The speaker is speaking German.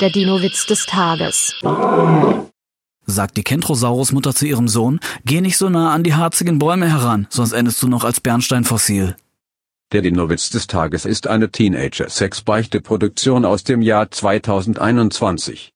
Der Dino-Witz des Tages. Sagt die Kentrosaurus-Mutter zu ihrem Sohn, geh nicht so nah an die harzigen Bäume heran, sonst endest du noch als Bernsteinfossil. Der Dinowitz des Tages ist eine Teenager-Sex-Beichte-Produktion aus dem Jahr 2021.